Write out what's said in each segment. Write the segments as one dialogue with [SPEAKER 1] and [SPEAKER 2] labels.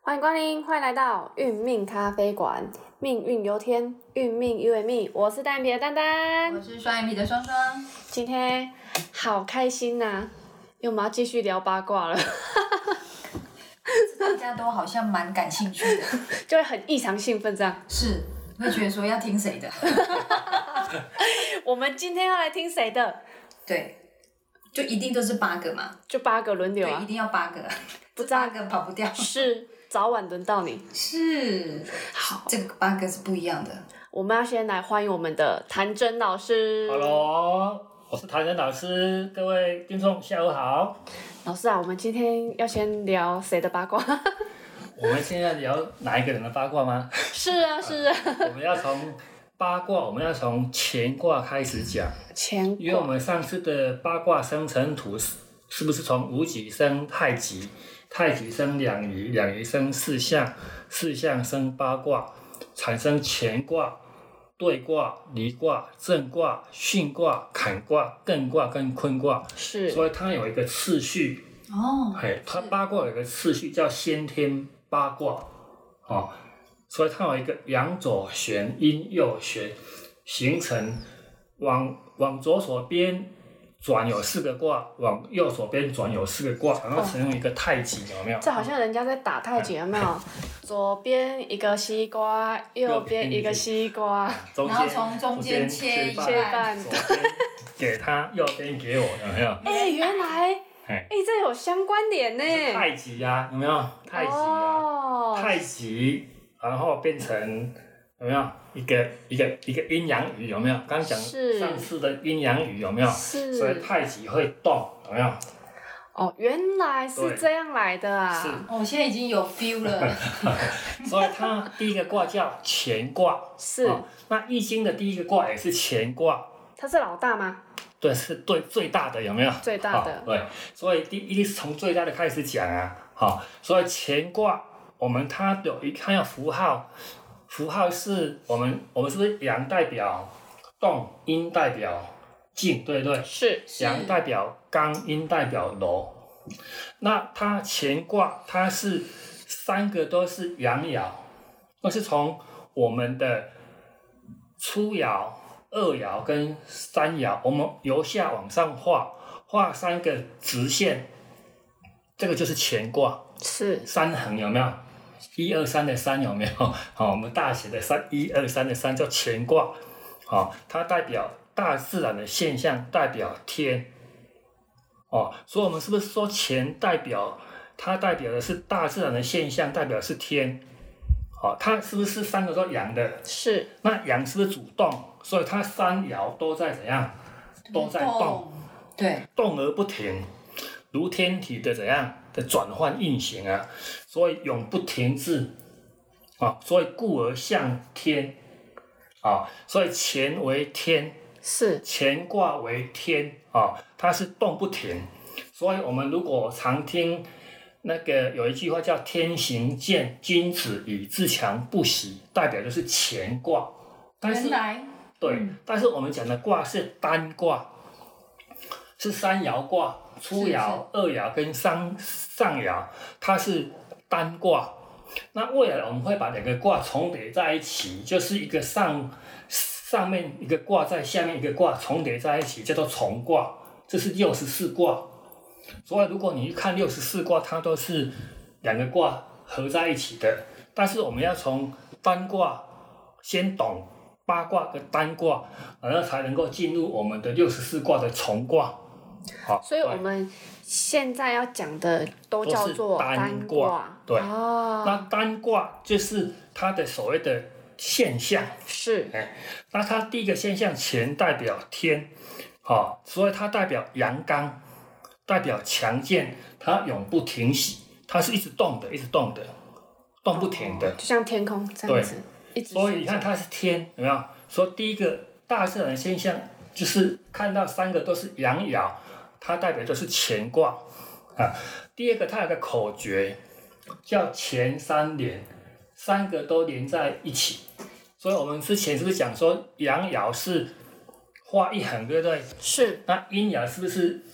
[SPEAKER 1] 欢迎光临，欢迎来到运命咖啡馆，命运由天，运命由命。我是单眼皮的丹丹
[SPEAKER 2] 我，是双眼皮的双双，
[SPEAKER 1] 今天好开心呐、因为我们要继续聊八卦了，
[SPEAKER 2] 大家都好像蛮感兴趣的，
[SPEAKER 1] 就会很异常兴奋这样。
[SPEAKER 2] 是会觉得说要听谁的？
[SPEAKER 1] 我们今天要来听谁的？
[SPEAKER 2] 对，就一定都是八个嘛，
[SPEAKER 1] 就八个轮流
[SPEAKER 2] 对，一
[SPEAKER 1] 啊，
[SPEAKER 2] 定要八个，这八个跑不掉。
[SPEAKER 1] 是早晚轮到你。
[SPEAKER 2] 是，
[SPEAKER 1] 好，
[SPEAKER 2] 这个八个是不一样的。
[SPEAKER 1] 我们要先来欢迎我们的谭真老师。
[SPEAKER 3] Hello，我是唐人老师，各位听众下午好。
[SPEAKER 1] 老师啊，我们今天要先聊谁的八卦？
[SPEAKER 3] 我们现在聊哪一个人的八卦吗？
[SPEAKER 1] 是啊，是啊，
[SPEAKER 3] 我们要从八卦，我们要从乾卦开始讲，
[SPEAKER 1] 乾
[SPEAKER 3] 因为我
[SPEAKER 1] 卦。
[SPEAKER 3] 们上次的八卦生辰图是是不是从无己生太极，太极生两仪，两仪生四象，四象生八卦，产生乾卦。兑卦、离卦、震卦、巽卦、坎卦、艮卦跟坤卦，
[SPEAKER 1] 是
[SPEAKER 3] 所以它有一个次序，
[SPEAKER 2] 哦，
[SPEAKER 3] 哎，它八卦有一个次序叫先天八卦，哦，所以它有一个阳左旋、阴右旋，形成往往左手边转有四个卦，往右手边转有四个卦，然后形成一个太极，有没有？
[SPEAKER 1] 这好像人家在打太极，有没 有？左边一个西瓜，右边一个西瓜，
[SPEAKER 3] 中间
[SPEAKER 2] 然后从中间切一
[SPEAKER 1] 切
[SPEAKER 3] 半，
[SPEAKER 1] 半
[SPEAKER 3] 左边给他，右边给我，有没有？
[SPEAKER 1] 哎、原来，哎
[SPEAKER 3] 哎、
[SPEAKER 1] 这有相关联呢。
[SPEAKER 3] 太极呀、有没有？哎太极呀、
[SPEAKER 1] 哦，
[SPEAKER 3] 太极，然后变成有没有一个一个一个阴阳鱼有没有？刚讲
[SPEAKER 1] 是
[SPEAKER 3] 上次的阴阳鱼有没有？所以
[SPEAKER 1] 是
[SPEAKER 3] 太极会动有没有？
[SPEAKER 1] 哦，原来是
[SPEAKER 3] 对
[SPEAKER 1] 这样来的啊。
[SPEAKER 2] 我哦现在已经有 feel 了。
[SPEAKER 3] 是，所以它第一个卦叫乾卦，
[SPEAKER 1] 是，
[SPEAKER 3] 哦那易经的第一个卦也是乾卦，
[SPEAKER 1] 他是老大吗？
[SPEAKER 3] 对，是对最大的有没有？
[SPEAKER 1] 最大的
[SPEAKER 3] 哦对，所以第一定是从最大的开始讲啊，好、所以乾卦我们它有一看要符号，符号是我们我们是不是阳代表动，阴代表静，对不对？
[SPEAKER 1] 是
[SPEAKER 2] 是
[SPEAKER 3] 阳代表刚，阴代表柔。那它乾卦它是三个都是阳爻，那是从我们的初爻、二爻跟三爻，我们由下往上画，画三个直线，这个就是乾卦。
[SPEAKER 1] 是，
[SPEAKER 3] 三横有没有？一二三的三有没有？ 好，我们大写的三，一二三的三叫乾卦，好、它代表大自然的现象，代表天，哦，所以我们是不是说乾代表它代表的是大自然的现象，代表是天，好、它是不是三个都阳的？
[SPEAKER 1] 是
[SPEAKER 3] 那阳是不是主动？所以它三爻都在怎样？ 都在动，
[SPEAKER 2] 对，
[SPEAKER 3] 动而不停，如天体的怎样的转换运行啊，所以永不停滞啊，所以故而向天啊，所以乾为天，
[SPEAKER 1] 是
[SPEAKER 3] 乾卦为天啊，它是动不停，所以我们如果常听那个有一句话叫“天行健，君子以自强不息”，代表就是乾卦，但
[SPEAKER 2] 原
[SPEAKER 3] 是
[SPEAKER 2] 来
[SPEAKER 3] 对，
[SPEAKER 2] 嗯
[SPEAKER 3] 但是我们讲的卦是单卦，是三爻卦，初
[SPEAKER 2] 是是
[SPEAKER 3] 爻、二爻跟上上爻，它是单卦。那未来我们会把两个卦重叠在一起，就是一个上上面一个卦在下面一个卦重叠在一起，叫做重卦。这是六十四卦。所以如果你去看六十四卦，它都是两个卦合在一起的。但是我们要从单卦先懂八卦的单卦，然后才能够进入我们的六十四卦的重卦。好，
[SPEAKER 1] 所以我
[SPEAKER 3] 对
[SPEAKER 1] 们现在要讲的都
[SPEAKER 3] 都
[SPEAKER 1] 叫
[SPEAKER 3] 是
[SPEAKER 1] 做
[SPEAKER 3] 单
[SPEAKER 1] 单
[SPEAKER 3] 卦对那
[SPEAKER 1] 哦，
[SPEAKER 3] 单卦就是它的所谓的现象。
[SPEAKER 1] 是
[SPEAKER 3] 那它第一个现象乾代表天，好、所以它代表阳刚，代表强健，它永不停息，它是一直动的，一直动的，动不停的。
[SPEAKER 1] 就像天空这样子，一直
[SPEAKER 3] 所以你
[SPEAKER 1] 旋
[SPEAKER 3] 看
[SPEAKER 1] 转。
[SPEAKER 3] 它是天，有没有？说第一个大自然的现象就是看到三个都是阳爻，它代表就是乾卦啊。第二个它有个口诀叫乾三连，三个都连在一起。所以我们之前是不是讲说阳爻是画一横，对不对？
[SPEAKER 1] 是
[SPEAKER 3] 那阴爻是不是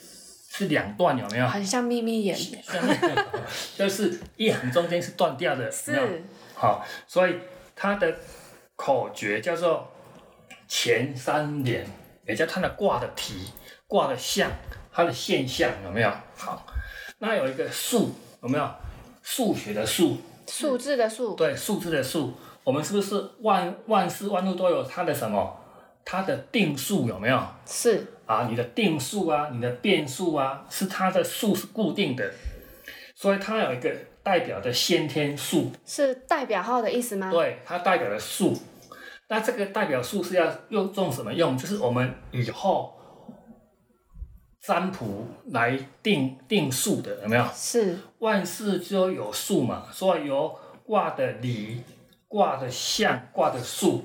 [SPEAKER 3] 是两段，有没有？
[SPEAKER 1] 很像眯眯眼，
[SPEAKER 3] 下面就是一横中间是断掉的，有没有
[SPEAKER 1] 是
[SPEAKER 3] 好，所以它的口诀叫做前三连，也叫它的卦的题、卦的象、它的现象有没有？好，那有一个数有没有？数学的数，
[SPEAKER 1] 数字的数，
[SPEAKER 3] 对，数字的数，我们是不是万万事万物都有它的什么？它的定数有没有？
[SPEAKER 1] 是
[SPEAKER 3] 啊，你的定数啊，你的变数啊，是它的数是固定的，所以它有一个代表的先天数，
[SPEAKER 1] 是代表号的意思吗？
[SPEAKER 3] 对，它代表的数。那这个代表数是要用用什么用？就是我们以后占卜来定定数的，有没有？
[SPEAKER 1] 是
[SPEAKER 3] 万事就有数嘛，所以由卦的理、卦的象、卦的数，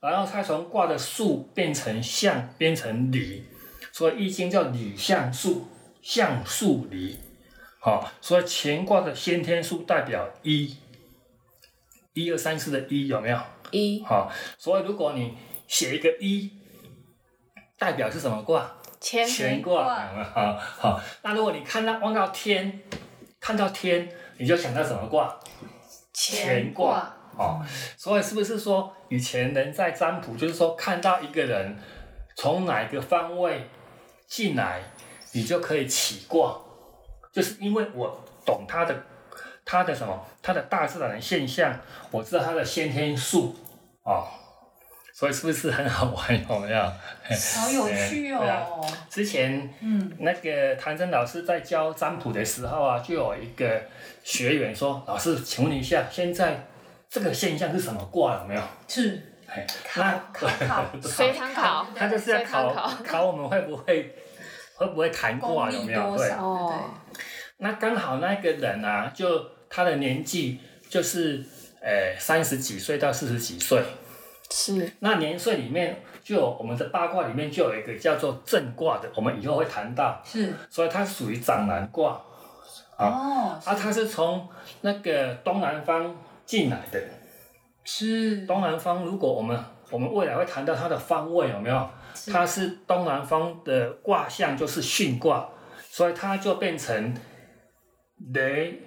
[SPEAKER 3] 然后它从卦的数变成象，变成理，所以易经叫理象数，象数理。好、所以乾卦的先天数代表一，一二三四的一有没有？
[SPEAKER 1] 一
[SPEAKER 3] 好、所以如果你写一个一，代表是什么卦？
[SPEAKER 1] 千
[SPEAKER 3] 悬挂 好好，那如果你看到望到天，看到天，你就想到什么卦？乾卦哦。所以是不是说以前人在占卜，就是说看到一个人从哪一个方位进来，你就可以起卦，就是因为我懂他的他的什么，他的大自然的现象，我知道他的先天数哦。所以是不是很好玩？有没有？
[SPEAKER 2] 好有趣
[SPEAKER 3] 对啊
[SPEAKER 2] 哦。
[SPEAKER 3] 之前
[SPEAKER 2] 嗯，
[SPEAKER 3] 那个谭真老师在教占卜的时候啊，就有一个学员说：“老师，请问一下，现在这个现象是什么卦？有没有
[SPEAKER 2] 是？”
[SPEAKER 3] 嘿
[SPEAKER 2] 考
[SPEAKER 3] 那
[SPEAKER 2] 考 考，
[SPEAKER 1] 随堂考
[SPEAKER 3] 他就是要考
[SPEAKER 1] 所以参考
[SPEAKER 3] 考我们会不会会不会谈卦
[SPEAKER 2] 功
[SPEAKER 3] 有
[SPEAKER 2] 力
[SPEAKER 3] 没有？
[SPEAKER 2] 多
[SPEAKER 3] 对，
[SPEAKER 2] 少？
[SPEAKER 1] 哦
[SPEAKER 2] 对，
[SPEAKER 3] 那刚好那个人啊，就他的年纪就是呃三十几岁到四十几岁，
[SPEAKER 1] 是
[SPEAKER 3] 那年岁里面就有我们的八卦里面就有一个叫做正卦的，我们以后会谈到，
[SPEAKER 2] 是
[SPEAKER 3] 所以它属于掌南卦。
[SPEAKER 2] 哦，
[SPEAKER 3] 啊，它是从那个东南方进来的。
[SPEAKER 2] 是
[SPEAKER 3] 东南方，如果我们我们未来会谈到它的方位有没有？它是东南方的卦象，就是巽卦，所以它就变成雷，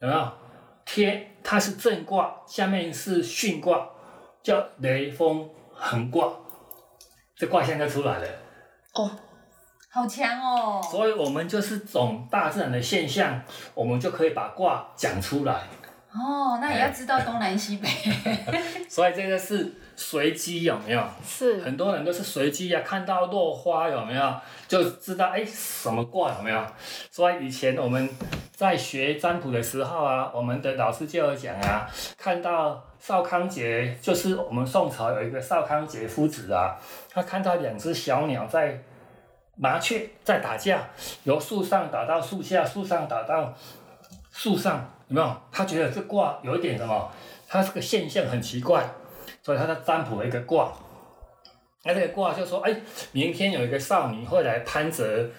[SPEAKER 3] 有没有？天，它是震卦，下面是巽卦，叫雷风横卦，这卦象就出来了。
[SPEAKER 1] 哦，
[SPEAKER 2] 好强哦。
[SPEAKER 3] 所以我们就是懂大自然的现象，我们就可以把卦讲出来。
[SPEAKER 2] 哦，那也要知道东南西北。
[SPEAKER 3] 所以这个是随机有没有？
[SPEAKER 1] 是
[SPEAKER 3] 很多人都是随机啊，看到落花有没有就知道哎什么卦有没有。所以以前我们在学占卜的时候啊，我们的老师就有讲啊，看到邵康节，就是我们宋朝有一个邵康节夫子啊，他看到两只小鸟在。麻雀在打架，由树上打到树下，树上打到树上，有没有？他觉得这卦有一点什么，他这个现象很奇怪，所以他在占卜了一个卦。那这个卦就说，哎，明天有一个少女会来攀折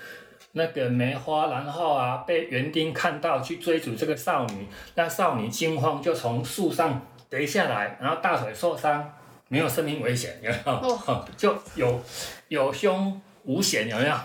[SPEAKER 3] 那个梅花，然后啊被园丁看到去追逐这个少女，那少女惊慌就从树上跌下来，然后大腿受伤，没有生命危险，有没有？
[SPEAKER 1] 哦
[SPEAKER 3] 就有有凶无险，有没有？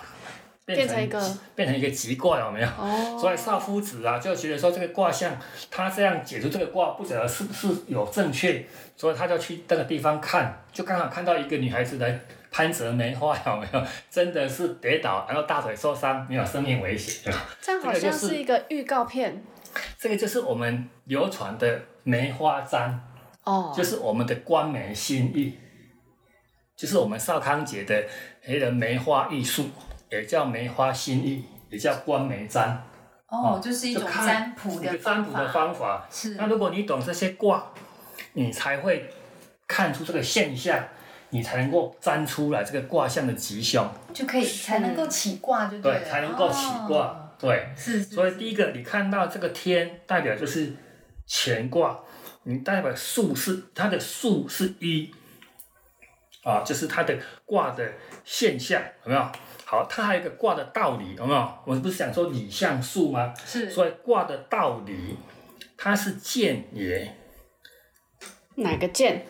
[SPEAKER 1] 变成一个
[SPEAKER 3] 变成一个奇卦，有没有？
[SPEAKER 1] 哦，
[SPEAKER 3] 所以少夫子啊，就觉得说这个卦象，他这样解读这个卦，不晓得是不是有正确，所以他就去那个地方看，就刚好看到一个女孩子来攀折梅花，有没有？真的是跌倒，然后大腿受伤，没有生命危险。
[SPEAKER 2] 啊
[SPEAKER 1] 这样好
[SPEAKER 3] 这个
[SPEAKER 1] 像
[SPEAKER 3] 就是
[SPEAKER 1] 是一个预告片
[SPEAKER 3] 这个就是我们流传的梅花簪，
[SPEAKER 1] 哦，
[SPEAKER 3] 就是我们的官媒心意，就是我们少康节的黑人梅花艺术，也叫梅花心意，也叫官媒簪。
[SPEAKER 2] 哦，就是一
[SPEAKER 3] 就
[SPEAKER 2] 种
[SPEAKER 3] 看
[SPEAKER 2] 占卜
[SPEAKER 3] 一
[SPEAKER 2] 的
[SPEAKER 3] 个占卜的
[SPEAKER 2] 法。
[SPEAKER 3] 方法。
[SPEAKER 2] 是
[SPEAKER 3] 那如果你懂这些卦，你才会看出这个现象，你才能够占出来这个卦象的吉凶，
[SPEAKER 2] 就可以才能够起卦，就
[SPEAKER 3] 对，
[SPEAKER 2] 了
[SPEAKER 3] 才能够起卦。
[SPEAKER 2] 哦
[SPEAKER 3] 对，
[SPEAKER 2] 是，
[SPEAKER 3] 所
[SPEAKER 2] 所
[SPEAKER 3] 以第一个你看到这个天，代表就是乾卦，你代表数是它的数是一，啊，就是它的卦的现象，有没有？好，它还有一个卦的道理，有没有？我们不是讲说理象数吗？
[SPEAKER 2] 是
[SPEAKER 3] 所以卦的道理，它是健也，
[SPEAKER 1] 哪个健？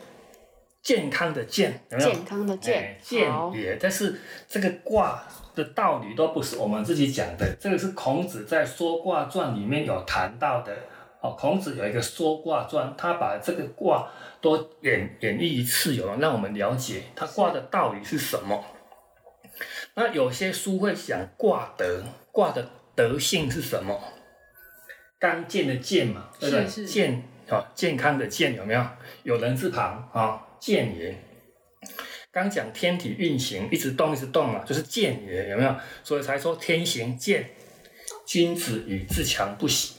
[SPEAKER 3] 健康的健，有没有？
[SPEAKER 1] 健康的哦
[SPEAKER 3] 哎
[SPEAKER 1] 健，
[SPEAKER 3] 健
[SPEAKER 1] 好
[SPEAKER 3] 也，但是这个卦的道理都不是我们自己讲的，这个是孔子在《说卦传》里面有谈到的。哦，孔子有一个《说卦传》，他把这个卦都演演绎一次，有让我们了解他卦的道理是什么。那有些书会讲卦德，卦的德性是什么？刚健的健嘛，对不对？
[SPEAKER 2] 是是
[SPEAKER 3] 健哦，健康的健有没有？有人字旁啊、哦，健也。刚讲天体运行，一直动一直动嘛，就是健也有没有？所以才说天行健，君子以自强不息。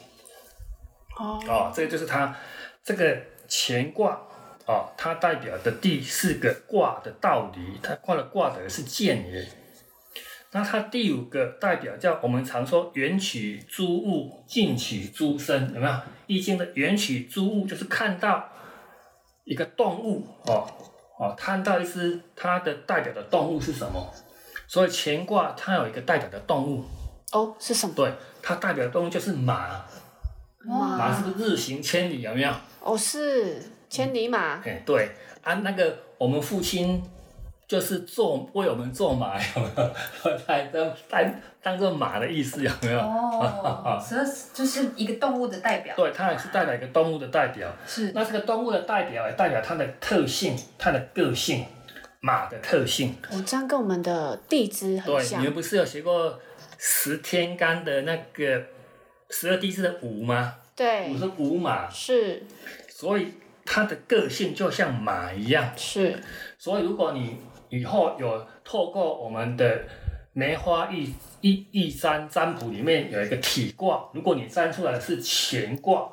[SPEAKER 1] 哦
[SPEAKER 3] 哦，这个就是它这个乾卦哦，它代表的第四个卦的道理，它卦的卦德是见也。那它第五个代表叫我们常说远取诸物，近取诸生，有没有？《易经》的远取诸物就是看到一个动物哦哦，看到一只它的代表的动物是什么？所以乾卦它有一个代表的动物，
[SPEAKER 1] 哦，是什么？
[SPEAKER 3] 对，它代表的动物就是马，
[SPEAKER 1] 哇
[SPEAKER 3] 马是不是日行千里？有没有？
[SPEAKER 1] 哦，是千里马。
[SPEAKER 3] 哎，对啊，那个我们父亲就是做为我们做马，有没有？ 来当当当做马的意思有没有？
[SPEAKER 2] 哦，所以就是一个动物的代表，
[SPEAKER 3] 对，它也是代表一个动物的代表。
[SPEAKER 2] 是
[SPEAKER 3] 那这个动物的代表也代表它的特性、它的个性，马的特性。
[SPEAKER 1] 哦，这样跟我们的地支很
[SPEAKER 3] 嗯对，
[SPEAKER 1] 像
[SPEAKER 3] 你们。不是有学过十天干的那个十二地支的五吗？
[SPEAKER 1] 对
[SPEAKER 3] 五，是五马，
[SPEAKER 1] 是
[SPEAKER 3] 所以它的个性就像马一样。
[SPEAKER 1] 是
[SPEAKER 3] 所以，如果你以后有透过我们的梅花易易易占占卜里面有一个体卦，如果你占出来的是乾卦，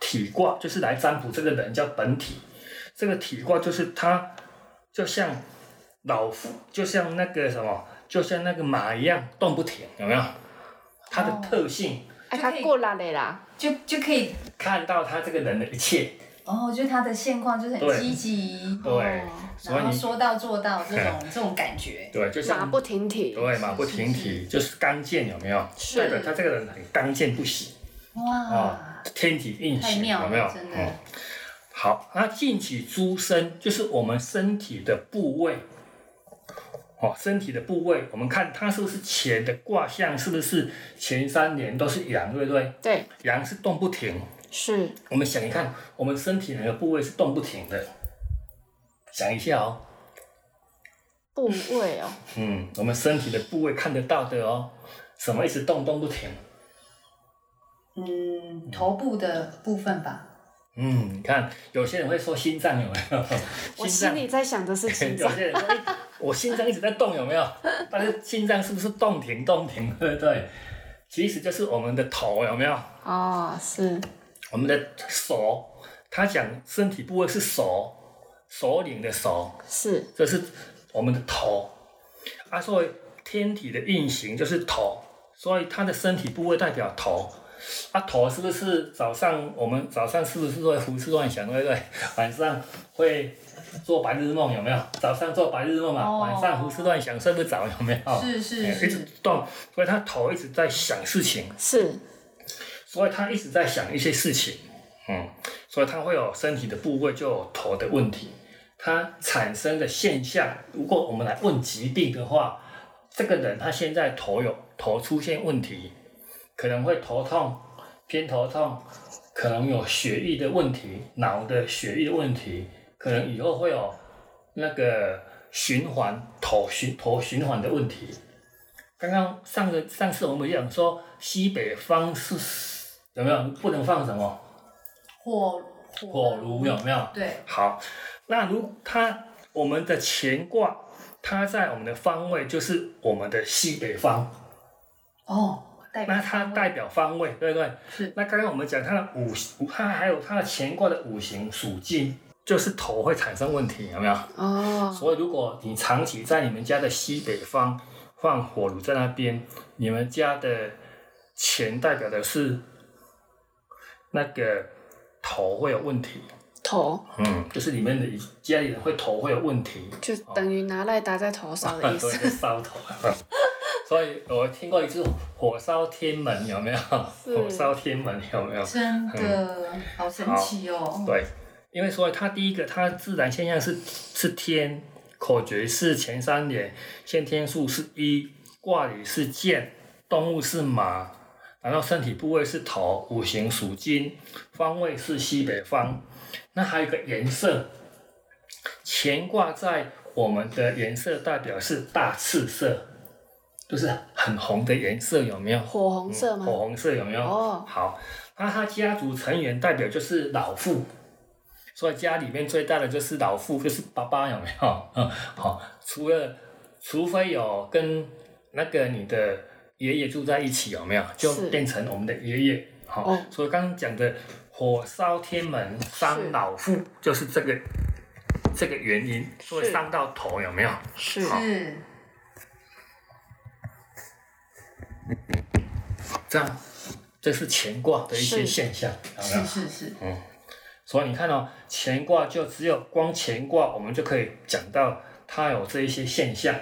[SPEAKER 3] 体卦就是来占卜这个人叫本体，这个体卦就是他就像老夫，就像那个什么，就像那个马一样动不停，有没有？它的
[SPEAKER 2] 哦
[SPEAKER 3] 特性，
[SPEAKER 1] 哎，
[SPEAKER 2] 就
[SPEAKER 1] 他
[SPEAKER 2] 可以
[SPEAKER 1] 过来了啦。
[SPEAKER 2] 就就可以，
[SPEAKER 3] 看到他这个人的一切，
[SPEAKER 2] 哦，就它的现况就是很
[SPEAKER 3] 对
[SPEAKER 2] 积极，
[SPEAKER 3] 对，
[SPEAKER 1] 哦
[SPEAKER 3] 所以
[SPEAKER 2] 然后
[SPEAKER 3] 你
[SPEAKER 2] 说到做 到这种这种感觉，
[SPEAKER 3] 对，就
[SPEAKER 1] 马
[SPEAKER 3] 像
[SPEAKER 1] 不停蹄。
[SPEAKER 3] 对，马不停蹄，就是刚健，有没有？
[SPEAKER 1] 是
[SPEAKER 3] 代表他这个人很刚健不息啊
[SPEAKER 2] 哇，，
[SPEAKER 3] 天体运
[SPEAKER 2] 太
[SPEAKER 3] 行，
[SPEAKER 2] 妙
[SPEAKER 3] 有
[SPEAKER 2] 了，
[SPEAKER 3] 没有？
[SPEAKER 2] 真
[SPEAKER 3] 嗯
[SPEAKER 2] 的，
[SPEAKER 3] 好，那近取诸身就是我们身体的部位，哦，身体的部位，我们看它是不是前的卦象，是不是前三年都是阳，对不对？
[SPEAKER 1] 对，
[SPEAKER 3] 阳是动不停，
[SPEAKER 1] 是
[SPEAKER 3] 我们想一看，我们身体哪个部位是动不停的？想一下哦，
[SPEAKER 1] 部位哦。
[SPEAKER 3] 嗯，我们身体的部位看得到的哦，什么一直动动不停？
[SPEAKER 2] 嗯，头部的部分吧，
[SPEAKER 3] 嗯，你看，有些人会说心脏有没有？
[SPEAKER 1] 我
[SPEAKER 3] 心
[SPEAKER 1] 心
[SPEAKER 3] 脏，
[SPEAKER 1] 里在想的是心
[SPEAKER 3] 有
[SPEAKER 1] 脏。
[SPEAKER 3] 些人说，哎我心脏一直在动，有没有？但是心脏是不是动停动停，对不对？其实就是我们的头有没有？
[SPEAKER 1] 哦，是
[SPEAKER 3] 我们的手，他讲身体部位是手，首领的手，
[SPEAKER 1] 是
[SPEAKER 3] 这是我们的头。啊，所以天体的运行就是头，所以它的身体部位代表头。啊，头是不是早上我们早上是不是会胡思乱想，对不 对？晚上会做白日梦，有没有？早上做白日梦嘛，
[SPEAKER 2] 哦
[SPEAKER 3] 晚上胡思乱想睡不着，有没有？
[SPEAKER 2] 是
[SPEAKER 3] 哎
[SPEAKER 2] 是
[SPEAKER 3] 一直
[SPEAKER 2] 是，
[SPEAKER 3] 动，所以他头一直在想事情，
[SPEAKER 1] 是
[SPEAKER 3] 所以他一直在想一些事情，嗯，所以他会有身体的部位就有头的问题，它产生的现象，如果我们来问疾病的话，这个人他现在头有头出现问题，可能会头痛、偏头痛，可能有血液的问题、脑的血液的问题，可能以后会有那个循环头循头循环的问题。刚刚上个上次我们讲说西北方是有没有不能放什么
[SPEAKER 2] 火
[SPEAKER 3] 火炉有没有？
[SPEAKER 2] 对，
[SPEAKER 3] 好，那如它我们的乾卦，它在我们的方位就是我们的西北方，
[SPEAKER 2] 哦，代表
[SPEAKER 3] 那它代表方位，对不对？
[SPEAKER 2] 是
[SPEAKER 3] 那刚刚我们讲它的五行，它还有它的乾卦的五行属金，就是头会产生问题，有没有？
[SPEAKER 1] 哦，
[SPEAKER 3] 所以如果你长期在你们家的西北方放火炉在那边，你们家的钱代表的是那个头会有问题，
[SPEAKER 1] 头
[SPEAKER 3] 嗯，就是里面的一家里人会头会有问题，
[SPEAKER 1] 就等于拿来打在头上的意思。
[SPEAKER 3] 啊对烧头。所以我听过一句“火烧天门”，有没有？
[SPEAKER 1] 是
[SPEAKER 3] 火烧天门有没有？
[SPEAKER 2] 真的好神奇哦，
[SPEAKER 3] 对，因为所以它第一个，它自然现象是是天，口诀是前三连，先天数是一，卦理是剑，动物是马，然后身体部位是头，五行属金，方位是西北方。那还有一个颜色，乾卦在我们的颜色代表是大赤色，就是很红的颜色，有没有？
[SPEAKER 1] 火红色吗
[SPEAKER 3] 嗯？火红色有没有？
[SPEAKER 1] 哦
[SPEAKER 3] 好，那他家族成员代表就是老父，所以家里面最大的就是老父，就是爸爸有没有？ 嗯，好，除了除非有跟那个你的爷爷住在一起，有没有？就是变成我们的爷爷。好，
[SPEAKER 1] 哦
[SPEAKER 3] 所以刚刚讲的火烧天门伤老父，就是这个这个原因，所以
[SPEAKER 1] 是
[SPEAKER 3] 伤到头有没有？
[SPEAKER 1] 是
[SPEAKER 2] 是
[SPEAKER 3] 这样，这是乾卦的一些
[SPEAKER 1] 是
[SPEAKER 3] 现象，有没有
[SPEAKER 2] 是？是是，
[SPEAKER 3] 所以你看哦，乾卦就只有光乾卦，我们就可以讲到它有这一些现象。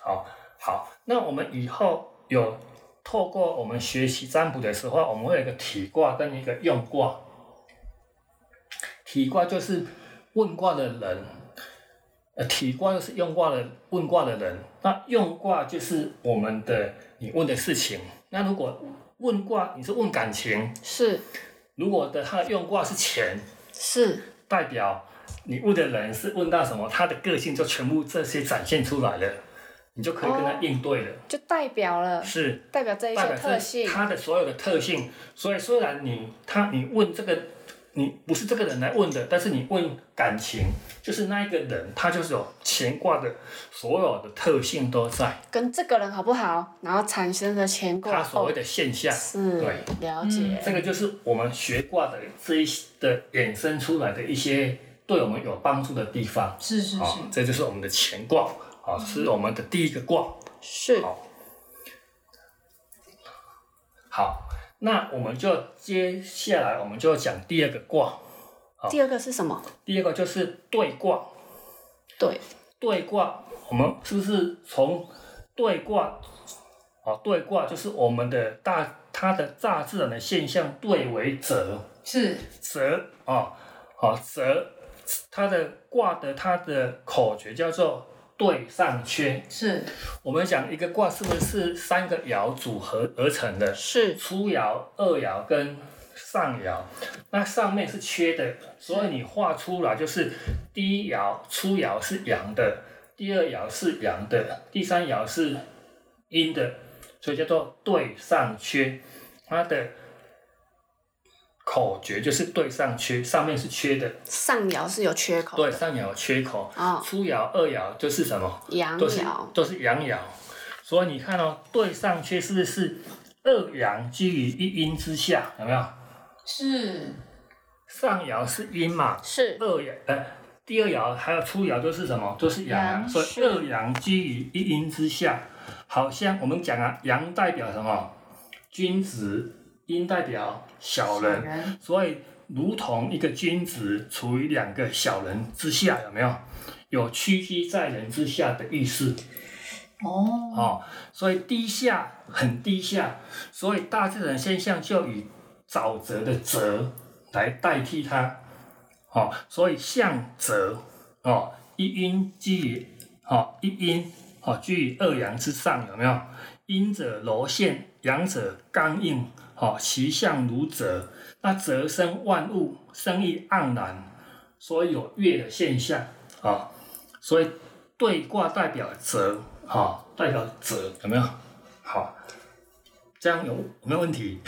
[SPEAKER 3] 好，好，那我们以后有透过我们学习占卜的时候，我们会有一个体卦跟一个用卦。体卦就是问卦的人，呃，体卦就是用卦的问卦的人。那用卦就是我们的你问的事情。那如果问卦你是问感情，
[SPEAKER 1] 是
[SPEAKER 3] 如果的它的用卦是钱，
[SPEAKER 1] 是
[SPEAKER 3] 代表你问的人是问到什么，他的个性就全部这些展现出来了，你就可以跟他应对了。
[SPEAKER 1] 就代表了，
[SPEAKER 3] 是
[SPEAKER 1] 代表这一
[SPEAKER 3] 代
[SPEAKER 1] 些
[SPEAKER 3] 表
[SPEAKER 1] 哦特
[SPEAKER 3] 这
[SPEAKER 1] 性，
[SPEAKER 3] 他的所有的特性。所以虽然你他你问这个，你不是这个人来问的，但是你问感情，就是那一个人他就是有乾卦的所有的特性都在，
[SPEAKER 1] 跟这个人好不好，然后产生的牵
[SPEAKER 3] 他
[SPEAKER 1] 挂。
[SPEAKER 3] 所谓
[SPEAKER 1] 哦，
[SPEAKER 3] 的现象。
[SPEAKER 1] 是
[SPEAKER 3] 对嗯
[SPEAKER 1] 了解，
[SPEAKER 3] 这个就是我们学卦的这一些的衍生出来的一些对我们有帮助的地方。
[SPEAKER 2] 是是
[SPEAKER 3] 啊、
[SPEAKER 2] 是，嗯
[SPEAKER 3] 这就是我们的乾卦，啊、是我们的第一个卦。
[SPEAKER 1] 是
[SPEAKER 3] 好好，那我们就接下来我们就讲第二个卦，
[SPEAKER 1] 第二个是什么？
[SPEAKER 3] 第二个就是对卦。
[SPEAKER 1] 对，
[SPEAKER 3] 对卦，我们是不是从对卦？啊，对卦就是我们的大它的大自然的现象对为泽。
[SPEAKER 2] 是
[SPEAKER 3] 蛇啊，好、蛇，它的卦的它的口诀叫做对上缺。
[SPEAKER 2] 是
[SPEAKER 3] 我们讲一个卦是不是三个爻组合而成的？
[SPEAKER 1] 是
[SPEAKER 3] 初爻、二爻跟上爻，那上面是缺的，所以你画出来就是第一爻、初爻是阳的，第二爻是阳的，第三爻是阴的，所以叫做对上缺。它的口诀就是对上缺，上面是缺的，
[SPEAKER 1] 上爻是有缺口
[SPEAKER 3] 对
[SPEAKER 1] 的，
[SPEAKER 3] 上爻有缺口，
[SPEAKER 1] 哦，
[SPEAKER 3] 初爻、二爻就是什么？
[SPEAKER 1] 阳
[SPEAKER 3] 都是
[SPEAKER 1] 爻
[SPEAKER 3] 都是阳爻，所以你看哦，对上缺是不是二阳居于一阴之下？有没有？
[SPEAKER 2] 是
[SPEAKER 3] 上爻是阴嘛，
[SPEAKER 1] 是
[SPEAKER 3] 二爻呃第二爻还有初爻都是什么？都是阳啊，
[SPEAKER 2] 阳
[SPEAKER 3] 所以
[SPEAKER 1] 是
[SPEAKER 3] 二阳居于一阴之下。好像我们讲啊，阳代表什么？君子，阴代表小人，
[SPEAKER 2] 人
[SPEAKER 3] 所以如同一个君子处于两个小人之下，有没有？有屈居在人之下的意思。
[SPEAKER 2] 哦，
[SPEAKER 3] 哦，所以低下很低下，所以大自然现象就以沼泽的泽来代替它，哦，所以象泽哦，一阴居于哦一阴哦居于二阳之上，有没有？阴者柔陷，阳者刚硬，哦，其象如泽，那泽生万物，生意盎然，所以有月的现象啊、所以对卦代表泽，哈、代表泽，有没有？好，这样有有没有问题？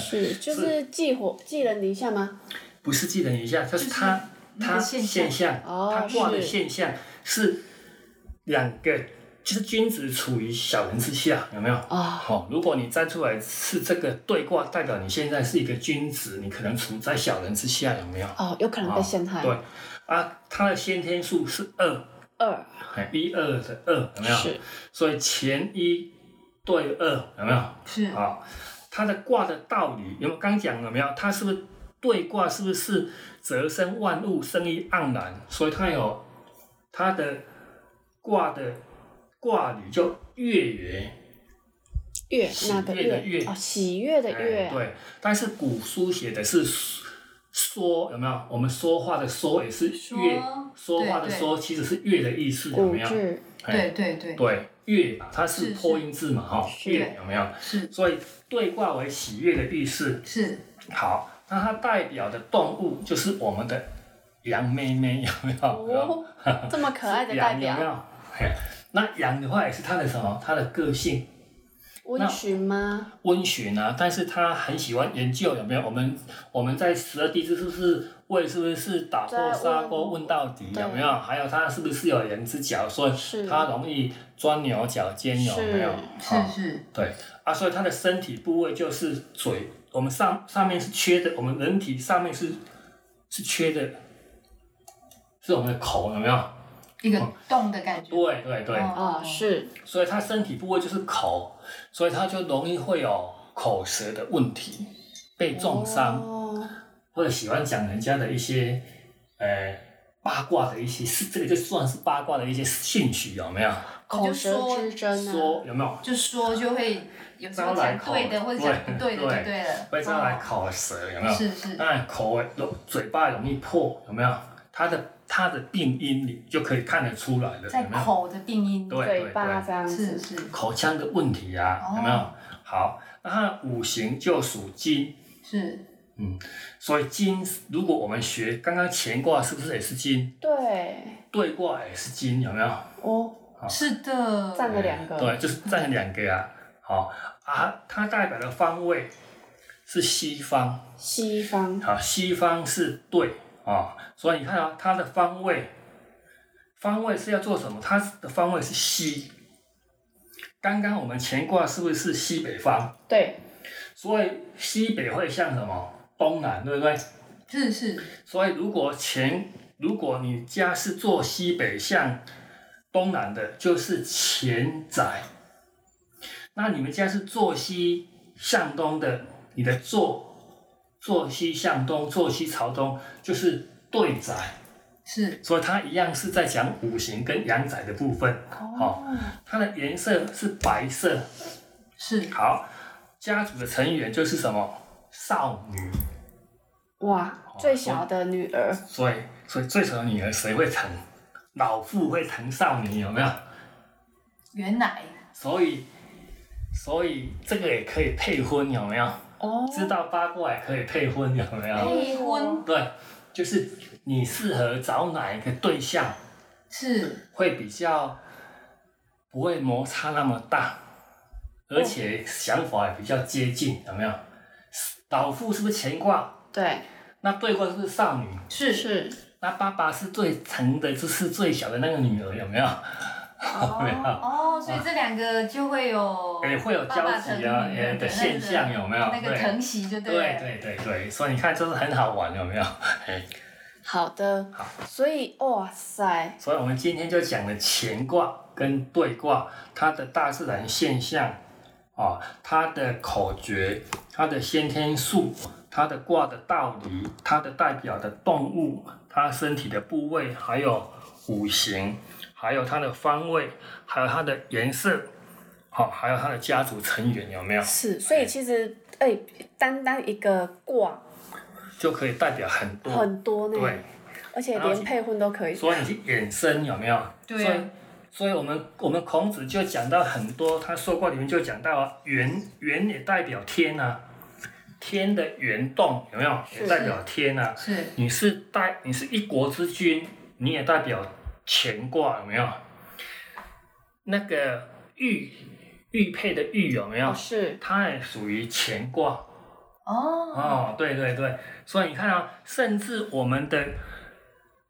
[SPEAKER 1] 是，就是寄火寄人篱下吗？
[SPEAKER 3] 不是技能一下，就是它
[SPEAKER 2] 那个
[SPEAKER 3] 它
[SPEAKER 2] 现
[SPEAKER 3] 现象，
[SPEAKER 1] 哦
[SPEAKER 3] 它卦的
[SPEAKER 1] 是
[SPEAKER 3] 现象是两个，就是君子处于小人之下，有没有？
[SPEAKER 1] 啊，
[SPEAKER 3] 好、如果你站出来是这个对卦，代表你现在是一个君子，你可能处在小人之下，有没有？
[SPEAKER 1] 哦，有可能被陷害。
[SPEAKER 3] 对，啊，它的先天数是二，
[SPEAKER 1] 二
[SPEAKER 3] 哎一二的二，有没有？
[SPEAKER 1] 是
[SPEAKER 3] 所以前一对二有没有？
[SPEAKER 2] 是哦
[SPEAKER 3] 啊，它的卦的道理有没有？刚讲了没有？它是不是对卦？是不是泽生万物，生意盎然？所以它有它的卦的卦理就月圆。
[SPEAKER 1] 月
[SPEAKER 3] 喜
[SPEAKER 1] 那个
[SPEAKER 3] 悦的悦
[SPEAKER 1] 哦，喜悦的
[SPEAKER 3] 哎
[SPEAKER 1] 悦，
[SPEAKER 3] 对，但是古书写的是说有没有？我们说话的说也是月，
[SPEAKER 2] 说
[SPEAKER 3] 说话的说其实是月的意思，有
[SPEAKER 1] 古
[SPEAKER 3] 没有？
[SPEAKER 1] 句
[SPEAKER 2] 对对对，
[SPEAKER 3] 对，月它
[SPEAKER 2] 是是
[SPEAKER 3] 是破音字嘛，哈，
[SPEAKER 1] 是
[SPEAKER 3] 月有没有？
[SPEAKER 2] 是
[SPEAKER 3] 所以对卦为喜悦的意思。
[SPEAKER 2] 是
[SPEAKER 3] 好，那它代表的动物就是我们的羊妹妹， 有没有？
[SPEAKER 1] 哦，这么可 爱的代
[SPEAKER 3] 羊有没
[SPEAKER 1] 表，
[SPEAKER 3] 有？嘿那羊的话也是它的什么？它的个性
[SPEAKER 1] 温驯吗？
[SPEAKER 3] 温驯啊，但是它很喜欢研究，有没有？我们我们在十二地支是不是问是不是打破
[SPEAKER 1] 在
[SPEAKER 3] 砂
[SPEAKER 1] 问
[SPEAKER 3] 锅问到底，
[SPEAKER 1] 对
[SPEAKER 3] 有没有？还有它是不是有人之角，所以
[SPEAKER 1] 是
[SPEAKER 3] 它容易钻牛角尖，有没有？
[SPEAKER 2] 是
[SPEAKER 3] 好
[SPEAKER 2] 是
[SPEAKER 3] 对啊，所以它的身体部位就是嘴，我们上上面是缺的，我们人体上面是是缺的，是我们的口有没有？
[SPEAKER 2] 一个动的感觉，哦
[SPEAKER 3] 对对对，
[SPEAKER 1] 啊，哦是
[SPEAKER 3] 所以它身体部位就是口，所以它就容易会有口舌的问题，被重伤，
[SPEAKER 1] 哦
[SPEAKER 3] 或者喜欢讲人家的一些呃八卦的一些事，这个就算是八卦的一些兴趣有没有？
[SPEAKER 1] 口舌之争啊，
[SPEAKER 3] 说有没有？
[SPEAKER 2] 就说就会有时候讲对的或者讲不对的就对了，哦
[SPEAKER 3] 会
[SPEAKER 1] 哦
[SPEAKER 3] 招来口舌有没有？
[SPEAKER 2] 是是
[SPEAKER 3] 当然口味容嘴巴容易破，有没有？它的它的病因你就可以看得出来了，
[SPEAKER 2] 在
[SPEAKER 3] 有没有？
[SPEAKER 2] 口的病音，
[SPEAKER 3] 对
[SPEAKER 1] 嘴巴这样
[SPEAKER 2] 是
[SPEAKER 1] 子，
[SPEAKER 2] 是
[SPEAKER 3] 口腔的问题啊，
[SPEAKER 2] 哦
[SPEAKER 3] 有没有？好，那它的五行就属金，
[SPEAKER 2] 是
[SPEAKER 3] 所以金如果我们学刚刚乾卦是不是也是金？
[SPEAKER 1] 对，
[SPEAKER 3] 对卦也是金，有没有？
[SPEAKER 1] 哦，
[SPEAKER 2] 是的，
[SPEAKER 1] 占了两个，
[SPEAKER 3] 对，就是占了两个啊。好啊，它代表的方位是西方。
[SPEAKER 1] 西方
[SPEAKER 3] 好，啊西方是对啊、所以你看啊，它的方位，方位是要做什么？它的方位是西。刚刚我们乾卦是不是西北方？
[SPEAKER 1] 对，
[SPEAKER 3] 所以西北会向什么？东南，对不对？
[SPEAKER 2] 是是
[SPEAKER 3] 所以如果乾，如果你家是坐西北向东南的，就是乾宅。那你们家是坐西向东的，你的坐坐西向东，坐西朝东就是对宅，
[SPEAKER 2] 是
[SPEAKER 3] 所以它一样是在讲五行跟阳宅的部分。好、它的颜色是白色。
[SPEAKER 2] 是
[SPEAKER 3] 好，家族的成员就是什么少女，
[SPEAKER 1] 哇，最小的女儿
[SPEAKER 3] 所以，所以最小的女儿谁会疼？老父会疼少女，有没有？
[SPEAKER 2] 原来
[SPEAKER 3] 所以，所以这个也可以配婚，有没有？
[SPEAKER 1] 哦，
[SPEAKER 3] 知道八卦也可以配婚，有没有？
[SPEAKER 2] 配婚
[SPEAKER 3] 对，就是你适合找哪一个对象，
[SPEAKER 2] 是
[SPEAKER 3] 会比较不会摩擦那么大，而且想法也比较接近，有没有？老父是不是乾卦？
[SPEAKER 1] 对，
[SPEAKER 3] 那对卦是不是少女？
[SPEAKER 2] 是
[SPEAKER 1] 是
[SPEAKER 3] 那爸爸是最疼的，就是最小的那个女儿，有没有？啊没有
[SPEAKER 2] 哦哦，所以这两个就会有
[SPEAKER 3] 哎会有
[SPEAKER 2] 哦爸爸
[SPEAKER 3] 交集
[SPEAKER 2] 疼女
[SPEAKER 3] 啊
[SPEAKER 2] 儿
[SPEAKER 3] 哎
[SPEAKER 2] 那
[SPEAKER 3] 的
[SPEAKER 2] 个
[SPEAKER 3] 现象有没有
[SPEAKER 2] 那个
[SPEAKER 3] 对
[SPEAKER 2] 疼惜就
[SPEAKER 3] 对
[SPEAKER 2] 了，
[SPEAKER 3] 对对对，所以你看，就是很好玩，有没有？哎，
[SPEAKER 1] 好的，所以哇塞，
[SPEAKER 3] 所以我们今天就讲了乾卦跟兑卦，它的大自然现象啊，它的口诀，它的先天数，它的卦的道理，它的代表的动物，它身体的部位，还有五行，还有它的方位，还有它的颜色，好、还有它的家族成员有没有？
[SPEAKER 1] 是，所以其实哎、单单一个卦
[SPEAKER 3] 就可以代表很多。
[SPEAKER 1] 很多呢，
[SPEAKER 3] 对，
[SPEAKER 1] 而且连配婚都可以，
[SPEAKER 3] 所以你去衍生有没有？
[SPEAKER 2] 对
[SPEAKER 3] 所
[SPEAKER 2] 啊
[SPEAKER 3] 以，所以我们我们孔子就讲到很多，他说过里面就讲到啊，元元也代表天啊，天的元动有没有？也代表天啊。
[SPEAKER 2] 是
[SPEAKER 3] 你是代你是一国之君，你也代表乾卦有没有？那个玉玉佩的玉有没有
[SPEAKER 1] 哦？是
[SPEAKER 3] 它也属于乾卦。
[SPEAKER 2] 哦，
[SPEAKER 3] 哦，对对对，所以你看啊，甚至我们的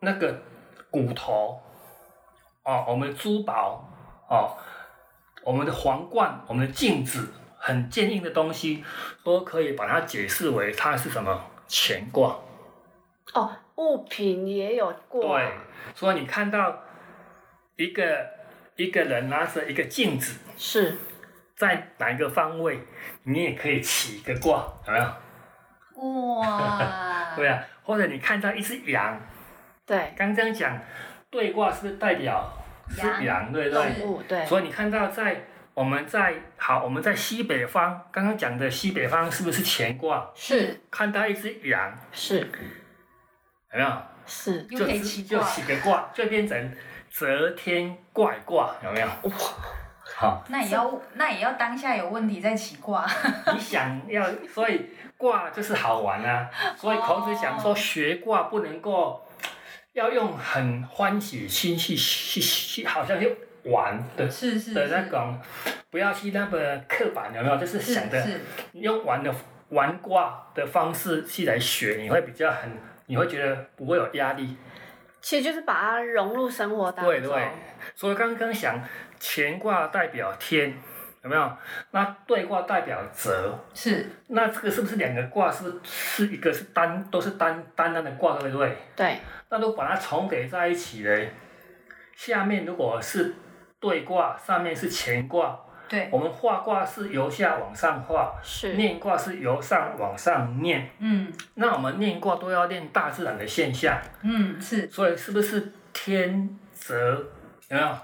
[SPEAKER 3] 那个骨头，哦，我们的珠宝，哦，我们的皇冠，我们的镜子，很坚硬的东西，都可以把它解释为它是什么乾卦。
[SPEAKER 1] 哦，物品也有卦
[SPEAKER 3] 对，所以你看到一个一个人拿着一个镜子，
[SPEAKER 1] 是
[SPEAKER 3] 在哪一个方位，你也可以起一个卦，有没有？
[SPEAKER 2] 哇，
[SPEAKER 3] 对啊，或者你看到一只羊。
[SPEAKER 1] 对
[SPEAKER 3] 刚刚讲对卦是不是代表是
[SPEAKER 2] 羊
[SPEAKER 3] 羊，对不
[SPEAKER 2] 是
[SPEAKER 3] 对？
[SPEAKER 1] 物对
[SPEAKER 3] 所以你看到在我们在好，我们在西北方，刚刚讲的西北方是不是乾卦？
[SPEAKER 1] 是
[SPEAKER 3] 看到一只羊，
[SPEAKER 1] 是
[SPEAKER 3] 有没有？
[SPEAKER 1] 是，
[SPEAKER 2] 又
[SPEAKER 3] 就
[SPEAKER 2] 可以
[SPEAKER 3] 是
[SPEAKER 2] 起
[SPEAKER 3] 就
[SPEAKER 2] 卦
[SPEAKER 3] 起个卦，就变成择天怪卦，有没有？哇！好，
[SPEAKER 2] 那也要那也要当下有问题再起卦。
[SPEAKER 3] 你想要，所以卦就是好玩啊。所以孔子讲说，
[SPEAKER 2] 哦
[SPEAKER 3] 学卦不能够要用很欢喜心去去去，好像去玩的
[SPEAKER 2] 是是
[SPEAKER 3] 的那
[SPEAKER 2] 是
[SPEAKER 3] 种，不要去那么刻板，有没有？就是
[SPEAKER 2] 是
[SPEAKER 3] 想的
[SPEAKER 2] 是
[SPEAKER 3] 用玩的玩卦的方式去来学，你会比较很，你会觉得不会有压力。
[SPEAKER 1] 其实就是把它融入生活当中。
[SPEAKER 3] 对对，所以刚刚想乾卦代表天，有没有？那兑卦代表泽，
[SPEAKER 2] 是
[SPEAKER 3] 那这个是不是两个卦是不是是一个是单都是单单单的卦，对不对？
[SPEAKER 1] 对
[SPEAKER 3] 那如果把它重叠在一起嘞，下面如果是兑卦，上面是乾卦，
[SPEAKER 2] 对
[SPEAKER 3] 我，们画卦是由下往上画，
[SPEAKER 1] 是
[SPEAKER 3] 念卦是由上往上念。
[SPEAKER 2] 嗯
[SPEAKER 3] 那我们念卦都要念大自然的现象，
[SPEAKER 2] 嗯是，
[SPEAKER 3] 所以是不是天泽有没有？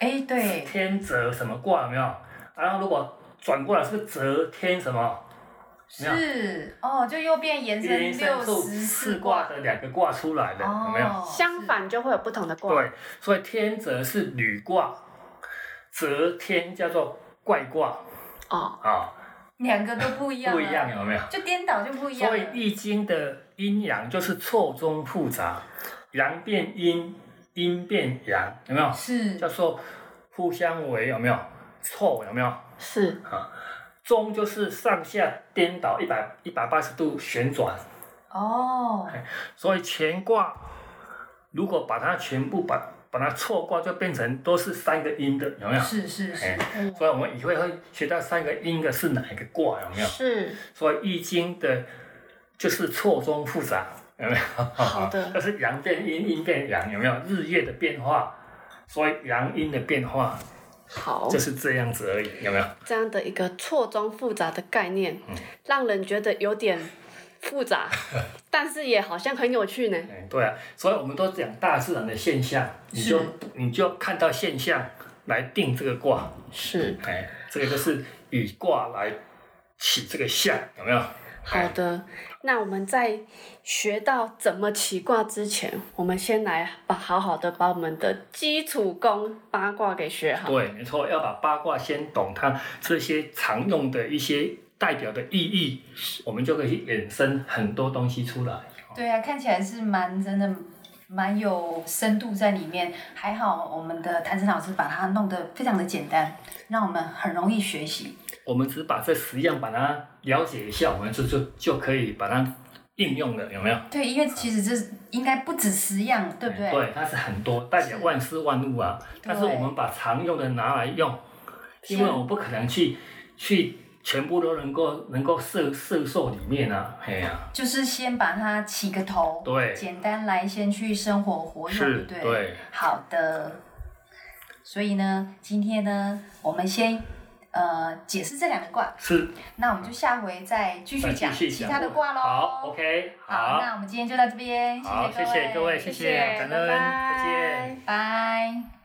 [SPEAKER 2] 哎对，
[SPEAKER 3] 天泽什么卦有没有？啊然后如果转过来是不是泽天什么？有没有
[SPEAKER 2] 是哦，就又变延
[SPEAKER 3] 天
[SPEAKER 2] 伸
[SPEAKER 3] 生
[SPEAKER 2] 六
[SPEAKER 3] 数
[SPEAKER 2] 十
[SPEAKER 3] 四
[SPEAKER 2] 四
[SPEAKER 3] 卦
[SPEAKER 2] 卦
[SPEAKER 3] 的两个卦出来的，有没有？
[SPEAKER 2] 哦，
[SPEAKER 1] 相反就会有不同的卦。
[SPEAKER 3] 对，所以天泽是履卦，泽天叫做怪卦
[SPEAKER 1] 哦，
[SPEAKER 3] 啊，
[SPEAKER 2] 是两个都不一样，
[SPEAKER 3] 不一样，有没有？
[SPEAKER 2] 就颠倒就不一样
[SPEAKER 3] 所以《
[SPEAKER 2] 了。
[SPEAKER 3] 易经》的阴阳就是错综复杂，阳变阴，阴变阳，有没有？
[SPEAKER 2] 是
[SPEAKER 3] 叫做互相为，有没有？错有没有？
[SPEAKER 1] 是
[SPEAKER 3] 中就是上下颠倒一百一百八十度旋转，
[SPEAKER 2] 哦，
[SPEAKER 3] 所以乾卦如果把它全部把把它错卦，就变成都是三个阴的，有没有？
[SPEAKER 2] 是是是
[SPEAKER 3] 哎，所以我们以后会学到三个阴的是哪一个卦，有没有？
[SPEAKER 1] 是
[SPEAKER 3] 所以《易经》的就是错综复杂，有没有？
[SPEAKER 1] 好 的
[SPEAKER 3] 就是阳变阴，阴变阳，有没有？日月的变化，所以阳阴的变化
[SPEAKER 1] 好
[SPEAKER 3] 就是这样子而已，有没有？
[SPEAKER 1] 这样的一个错综复杂的概念，
[SPEAKER 3] 嗯
[SPEAKER 1] 让人觉得有点复 杂，但是也好像很有趣呢。
[SPEAKER 3] 嗯，对啊，所以我们都讲大自然的现象，你就是你就看到现象来定这个卦，
[SPEAKER 1] 是
[SPEAKER 3] 哎，这个就是以卦来起这个象，有没有？
[SPEAKER 1] 好的，那我们在学到怎么起卦之前，我们先来把好好的把我们的基础功八卦给学好。
[SPEAKER 3] 对，没错，要把八卦先懂它这些常用的一些代表的意义，我们就可以衍生很多东西出来。
[SPEAKER 2] 对啊，看起来是蛮真的。蛮有深度在里面，还好我们的谭森老师把它弄得非常的简单，让我们很容易学习。
[SPEAKER 3] 我们只把这十样把它了解一下，我们就就就可以把它应用了，有没有？哎
[SPEAKER 2] 对，因为其实这应该不止十样，对不对？
[SPEAKER 3] 它是很多，代表
[SPEAKER 2] 是
[SPEAKER 3] 万事万物啊。但是
[SPEAKER 2] 对
[SPEAKER 3] 我们把常用的拿来用，因为
[SPEAKER 2] 是
[SPEAKER 3] 我不可能去去全部都能够能够摄摄受里面啊，嘿呀、
[SPEAKER 2] 就是先把它起个头，
[SPEAKER 3] 对
[SPEAKER 2] 简单来先去生活活用，对
[SPEAKER 3] 是，
[SPEAKER 2] 不对？
[SPEAKER 3] 对，
[SPEAKER 2] 好的，所以呢，今天呢，我们先呃解释这两个卦，
[SPEAKER 3] 是
[SPEAKER 2] 那我们就下回再继续讲
[SPEAKER 3] 再继续
[SPEAKER 2] 其他的卦喽。
[SPEAKER 3] 好，OK，
[SPEAKER 2] 好，那我们今天就到这边，
[SPEAKER 3] 好，谢
[SPEAKER 2] 谢
[SPEAKER 3] 谢各位，谢
[SPEAKER 1] 谢
[SPEAKER 3] 谢，感恩，
[SPEAKER 1] 拜拜
[SPEAKER 3] 再见。
[SPEAKER 2] 拜。